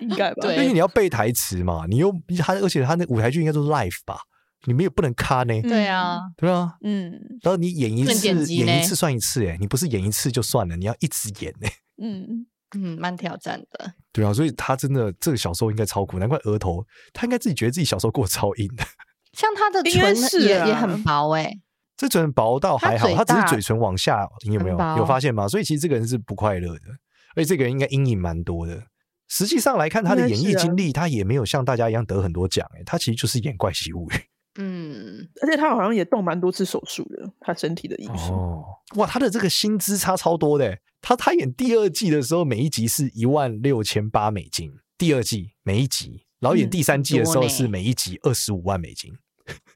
S5: 应该吧？
S6: 因为
S4: <laughs> 对
S6: 你要背台词嘛，你又他，而且他那舞台剧应该都是 live 吧，你们也不能卡呢，
S4: 对啊，
S6: 对啊，
S5: 嗯
S6: 然后你演一
S4: 不能
S6: 次，
S4: 剪辑
S6: 演一
S4: 呢
S6: 次算一次，哎，你不是演一次就算了，你要一直演哎，
S5: 嗯，
S4: 嗯，蛮挑战的。
S6: 对啊，所以他真的这个小时候应该超苦，难怪额头，他应该自己觉得自己小时候过得超硬的，
S4: 像他的
S5: 应该
S4: 唇
S5: 是
S4: 也、
S5: 啊
S4: 也很薄哎、
S6: 这这唇薄到还好，
S4: 他嘴
S6: 他只是
S4: 大
S6: 嘴唇往下，你有没有
S4: 很薄
S6: 有发现吗？所以其实这个人是不快乐的，而且这个人应该阴影蛮多的。实际上
S4: 嗯
S6: 来看，他的
S5: 应该
S6: 演
S5: 是
S6: 艺
S5: 啊
S6: 经历，他也没有像大家一样得很多奖、欸，他其实就是演《怪奇
S4: <laughs>
S6: 物语
S4: 嗯，
S5: 而且他好像也动蛮多次手术的，他身体的医》术。 <laughs>
S6: 哦，哇，他的这个薪资差超多的欸、他他演第二季的时候，每一集是一万六千八美金，第二季每一集，然后演
S4: 嗯
S6: 第三季的时
S4: 很
S6: 候
S4: 多呢
S6: 是每一集二十五万美金，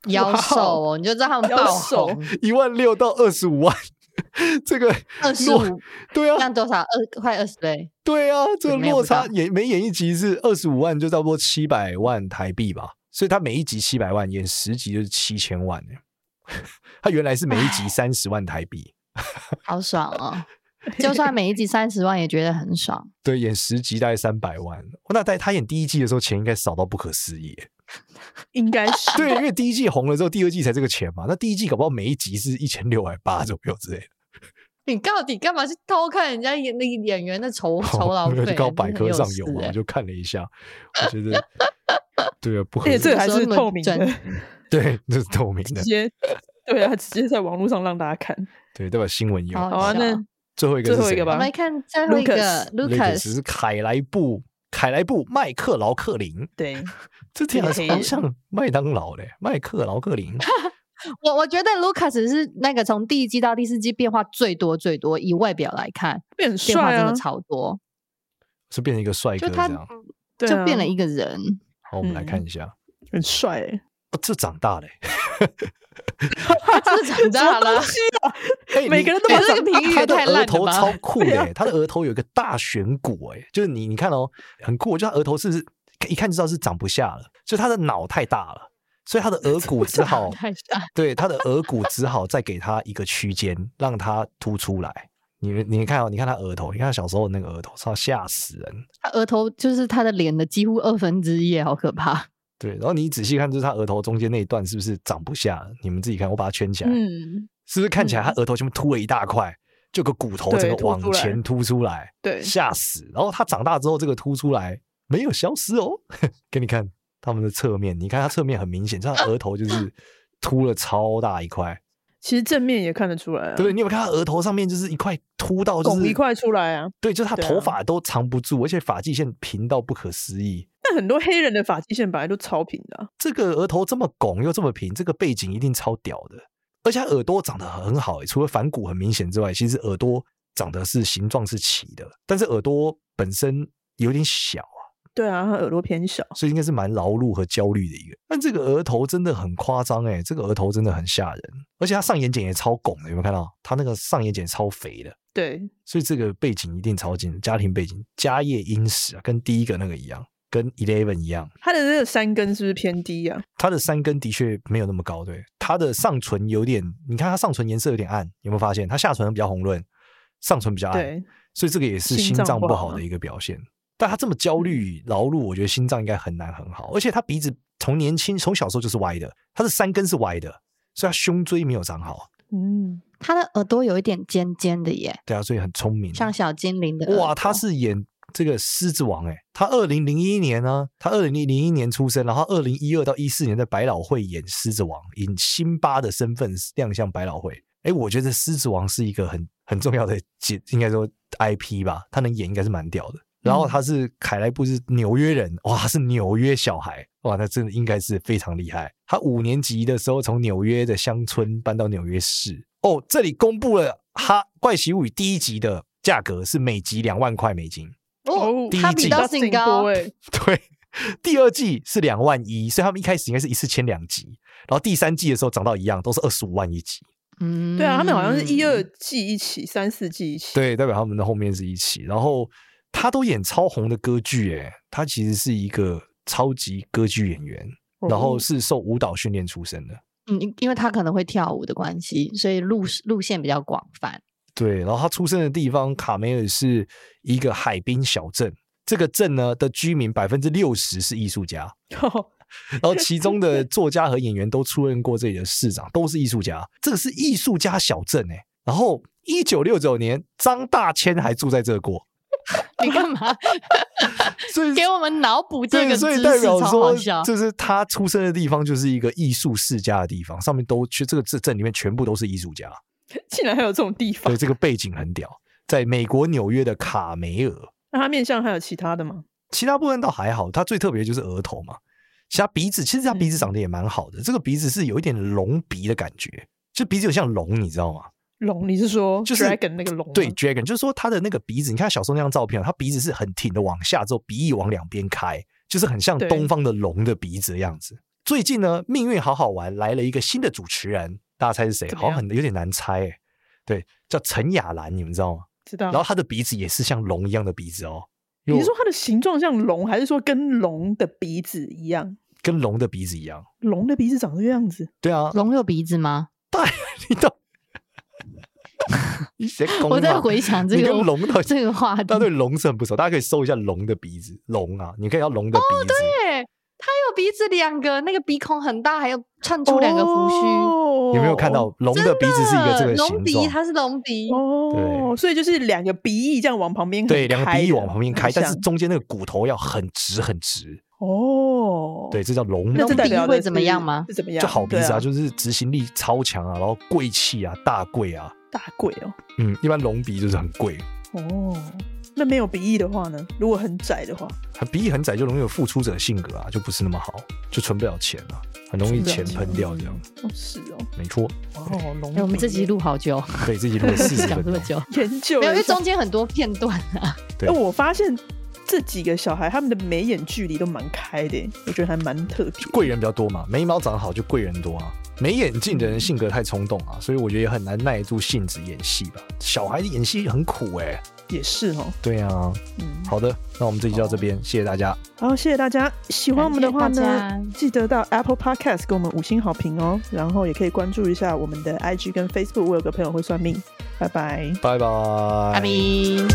S4: 妖
S5: 哇
S4: 兽哦，你就知道他们
S5: 妖
S4: 爆
S5: 兽 <laughs>
S4: 红，
S6: 一万六到二十五万， <laughs> 这个
S4: 二十
S6: 落
S4: 五，
S6: 对啊，
S4: 那多少？二快二十倍，
S6: 对啊，这个
S4: 没有
S6: 落
S4: 不
S6: 差
S4: 到
S6: 演每演一集是二十五万，就差不多七百万台币吧。所以他每一集七百万，演十集就是七千万呢。 <laughs> 他原来是每一集三十万台币，
S4: 好爽
S6: <laughs>
S4: 哦！就算每一集三十万，也觉得很爽。
S6: 对，演十集大概三百万。哦那在他演第一季的时候，钱应该少到不可思议耶。
S5: <laughs>
S6: 欸
S5: 应该是
S6: 对，因为第一季红了之后，第二季才这个钱嘛。那第一季搞不好每一集是一千六百八左右之类的。
S4: 你到底干嘛去偷看人家演那个演员的酬酬劳
S6: 没有
S4: 费
S6: 哦就
S4: 啊？
S6: 刚好
S4: 真
S6: 百
S4: 的
S6: 科
S4: 很
S6: 上
S4: 有
S6: 有
S4: 事
S6: 嘛，
S4: 欸
S6: 我就看了一下，我觉
S4: <laughs>
S6: 得对啊，不合
S5: 而且
S6: 理。
S5: 这个还
S4: 你说
S5: 是
S4: 那么
S5: 透明的，
S4: 专
S6: 对，这是透明
S5: 直
S6: 的，
S5: 接 <laughs> 对啊，直接在网络上让大家看。
S6: 对，对吧？新闻有
S4: 好。
S5: 好啊，
S4: 笑
S5: 那
S6: 最后一个是
S5: 最后一
S6: 谁
S5: 个吧
S4: 我们来看最后一个
S6: 啊 Lucas
S4: Lucas，
S6: 是凯莱布，凯莱布麦克劳克林，
S4: <laughs>
S5: 对，
S6: 这听起来
S5: 这个黑
S6: 超
S5: 人
S6: 像麦当劳嘞，麦克劳克林。
S4: 我我觉得 Lucas 是那个从第一季到第四季变化最多最多，以外表来看，
S5: 变很
S4: 变化
S5: 帅
S4: 真
S5: 啊
S4: 的，超多，
S6: 是变成一个帅
S4: 就
S6: 哥这
S4: 他
S6: 样。
S5: 对
S4: 就
S5: 啊
S4: 变了一个
S5: <laughs>
S4: 人。
S6: 好，我们来看一下，
S5: 很帅欸。
S6: 哦这长大嘞，
S4: 他真的长大了，
S6: <laughs>
S5: 啊
S6: 哎
S5: 每
S6: 你
S5: 个人都
S4: 哎
S5: 把
S4: 这个评语
S6: 他
S4: 也
S6: 的
S4: 太
S6: 额
S4: 烂
S6: 头
S4: 了
S6: 超
S4: <laughs> 吧！
S6: 酷的、他的额头有一个大颧骨、哎，就是你你看哦，很酷，就他额头是一看就知道是长不下了，就他的脑太大了，所以他的额骨
S4: <laughs>
S6: 只好
S4: 太啊傻，
S6: 对，他的额骨只好再给他一个区间，让他凸出来。你们你看哦，你看他额头，你看他小时候那个额头，操，吓死人。
S4: 他额头就是他的脸的几乎二分之一，好可
S6: <laughs>
S4: 怕。
S6: 对，然后你仔细看，就是他额头中间那一段是不是长不下了？你们自己看，我把它圈起
S4: <laughs>
S6: 来，
S4: 嗯，
S6: 是不是看起来他额头前面凸了一大块，就有个骨头整
S5: 对
S6: 个
S5: 凸
S6: 往
S5: 出来
S6: 前凸出来，
S5: 对
S6: 吓死。然后他长大之后，这个凸出来没有消失哦， <laughs> 给你看他们的侧面，你看他侧面很明显，这样额头就是 <laughs> 凸了超大一块。
S5: 其实正面也看得出来啊，
S6: 对，你有没有看他额头上面就是一块凸到就是
S5: 拱一块出来啊？
S6: 对，就是他
S5: 对啊
S6: 头发都藏不住，而且发际线平到不可思议。
S5: 但很多黑人的发际线本来都超平的啊，
S6: 这个额头这么拱又这么平，这个背景一定超屌的。而且他耳朵长得很好、欸，除了反骨很明显之外，其实耳朵长得是形状是齐的，但是耳朵本身有点小啊，
S5: 对啊，他耳朵偏小，
S6: 所以应该是蛮劳碌和焦虑的一个。但这个额头真的很夸张哎，这个额头真的很吓人，而且他上眼睑也超拱的，有没有看到？他那个上眼睑超肥的，
S5: 对，
S6: 所以这个背景一定超紧，家庭背景、家业殷实啊，跟第一个那个一样，跟 Eleven 一样。
S5: 他的那个山根是不是偏低啊？
S6: 他的山根的确没有那么高，对，他的上唇有点，你看他上唇颜色有点暗，有没有发现？他下唇比较红润，上唇比较暗，
S5: 对，
S6: 所以这个也是心
S5: 心
S6: 脏
S5: 脏
S6: 不
S5: 不好
S6: 好的
S5: 吗
S6: 一个表现。但他这么焦虑劳碌，我觉得心脏应该很难很好，而且他鼻子从年轻从小时候就是歪的，他的山根是歪的，所以他胸椎没有长好，
S5: 嗯，
S4: 他的耳朵有一点尖尖的耶，
S6: 对啊，所以很聪明，
S4: 像小精灵的耳朵。
S6: 哇，他是演这个《狮子王》哎，他二零零一年呢、他二零零一年出生，然后二零一二到一四年在百老汇演《狮子王》，以辛巴的身份亮相百老汇。哎，我觉得《狮子王》是一个很很重要的解，应该说 IP 吧，他能演应该是蛮屌的。然后他是凯莱布是纽约人，哇，他是纽约小孩，哇，那真的应该是非常厉害。他五年级的时候从纽约的乡村搬到纽约市。哦，这里公布了哈《怪奇物语》第一集的价格是每集两万块美金， <laughs>
S5: 哦
S6: 第一
S4: 他
S6: 季
S4: 比到
S5: 挺
S4: 性高
S5: 多，哎，
S6: 对。第二季是两万一，所以他们一开始应该是一次签两集，然后第三季的时候涨到一样，都是二十五万一集。
S4: 嗯
S5: 对啊，他们好像是一二季一起，三四季一起，
S6: 嗯对，代表他们的后面是一起。然后他都演超红的歌剧，诶，他其实是一个超级歌剧演员，
S5: 哦，
S6: 然后是受舞蹈训练出身的。
S4: 嗯，因因为他可能会跳舞的关系，所以路路线比较广泛。
S6: 对，然后他出生的地方卡梅尔是一个海滨小镇，这个镇呢的居民百分之六十是艺
S4: <laughs>
S6: 术家，
S4: 哦
S6: 然后其中的作家和演员都出任过这里的市长，都是艺术家。这个是欸艺术家小镇哎、然后一九六九年，张大千还住在这过，
S4: 你干嘛 <laughs>
S6: 所以
S4: 给我们脑补这
S6: 对，
S4: 个
S6: 所以
S4: 知
S6: 代
S4: 识
S6: 表
S4: 超
S6: 说
S4: 好笑，
S6: 就是他出生的地方就是一个艺术世家的地方，上面都去这个镇镇里面全部都是艺术家，
S5: 竟然还有这种地方
S6: 对，？这个背景很屌。在美国纽约的卡梅尔，
S5: 那它面向还有其他的吗？
S6: 其他部分倒还好，它最特别就是额头嘛，其他鼻子其实它鼻子
S5: 嗯
S6: 长得也蛮好的，这个鼻子是有一点龙鼻的感觉，就鼻子有像龙，你知道吗？
S5: 龙，你是说
S6: 就是
S5: dragon 那个龙吗？
S6: 对，dragon 就是说他的那个鼻子，你看他小时候那张照片啊，他鼻子是很挺的往下，之后鼻翼往两边开，就是很像
S5: 对
S6: 东方的龙的鼻子的样子。最近呢，命运好好玩来了一个新的主持人，大家猜是谁？
S5: 怎么
S6: 好像
S5: 样
S6: 很有点难猜、欸，对，叫陈雅兰，你们知道吗？
S5: 知
S4: 嗯
S5: 道
S6: 然。后他的鼻子也是像龙一样的鼻子哦，因为我
S5: 你是说它的形状像龙，还是说跟龙的鼻子一样？
S6: 跟龙的鼻子一样。
S5: 龙的鼻子长这个样子，
S6: 对啊，
S4: 龙有鼻子吗？
S6: 你到 <laughs> 你谁攻
S4: 我在
S6: 嘛
S4: 回想这
S6: 你
S4: 个
S6: 跟龙的
S4: <laughs> 这个话题，
S6: 大家对龙是很不熟，大家可以搜一下龙的鼻子，龙啊，你可以叫龙的鼻子。
S4: 对，它有鼻子两个，那个鼻孔很大，还有窜出两个胡须。
S5: 哦
S6: 有没有看到？龙的鼻子是一个这个
S4: 龙
S6: 形
S4: 鼻，
S6: 状？
S4: 它是龙鼻，
S5: 哦，
S6: 对
S5: 所以就是两个鼻翼这样往旁边
S6: 对，
S5: 很
S6: 两个
S5: 开
S6: 鼻翼
S5: 的
S6: 往旁边开，
S5: 很
S6: 但是
S5: 像
S6: 中间那个骨头要很直很直。
S5: 哦，
S6: 对，，这叫龙
S5: 那
S4: 龙
S5: 这代
S4: 鼻
S6: 鼻，
S5: 表
S4: 会
S5: 的
S4: 怎么
S5: 是
S4: 样吗
S5: 是怎么样？
S6: 就好鼻
S5: 对
S6: 子啊，
S5: 啊，
S6: 就是执行力超强啊，然后贵气啊，大贵啊。
S5: 大贵哦。
S6: 嗯，一般龙鼻就是很贵，
S5: 哦，那没有鼻翼的话呢？如果很窄的话，
S6: 鼻翼很窄就容易有付出者性格啊，就不是那么好，就存不了钱啊，很容易钱喷掉这样。
S5: 哦是哦，
S6: 没错，
S5: 哦龙
S4: 哎、
S5: 鼻，
S4: 我们这集录好久，
S6: 对，自己录了四十
S4: <laughs> 讲
S6: 分
S4: 这么
S6: 钟。
S4: 久，
S5: 研究
S4: 没有，因
S5: 了一
S4: 为
S5: 下
S4: 中间很多片段啊。
S6: 对
S5: 哎、我发现这几个小孩他们的眉眼距离都蛮开的耶，我觉得还蛮特别。
S6: 贵人比较多嘛，眉毛长好就贵人多啊。没眼镜的人性格太冲动啊，所以我觉得也很难耐得住性子演戏吧。小孩子演戏很苦哎、
S5: 也是哦，
S6: 对啊，
S5: 嗯，
S6: 好的，那我们这集就到这边，谢谢大家。
S5: 好，谢谢大家。喜欢我们的话
S4: 感
S5: 呢
S4: 谢大，
S5: 记得到 Apple Podcast 给我们五星好评哦，然后也可以关注一下我们的 IG 跟 Facebook。我有个朋友会算命，拜拜。
S6: 拜拜，
S4: 阿明。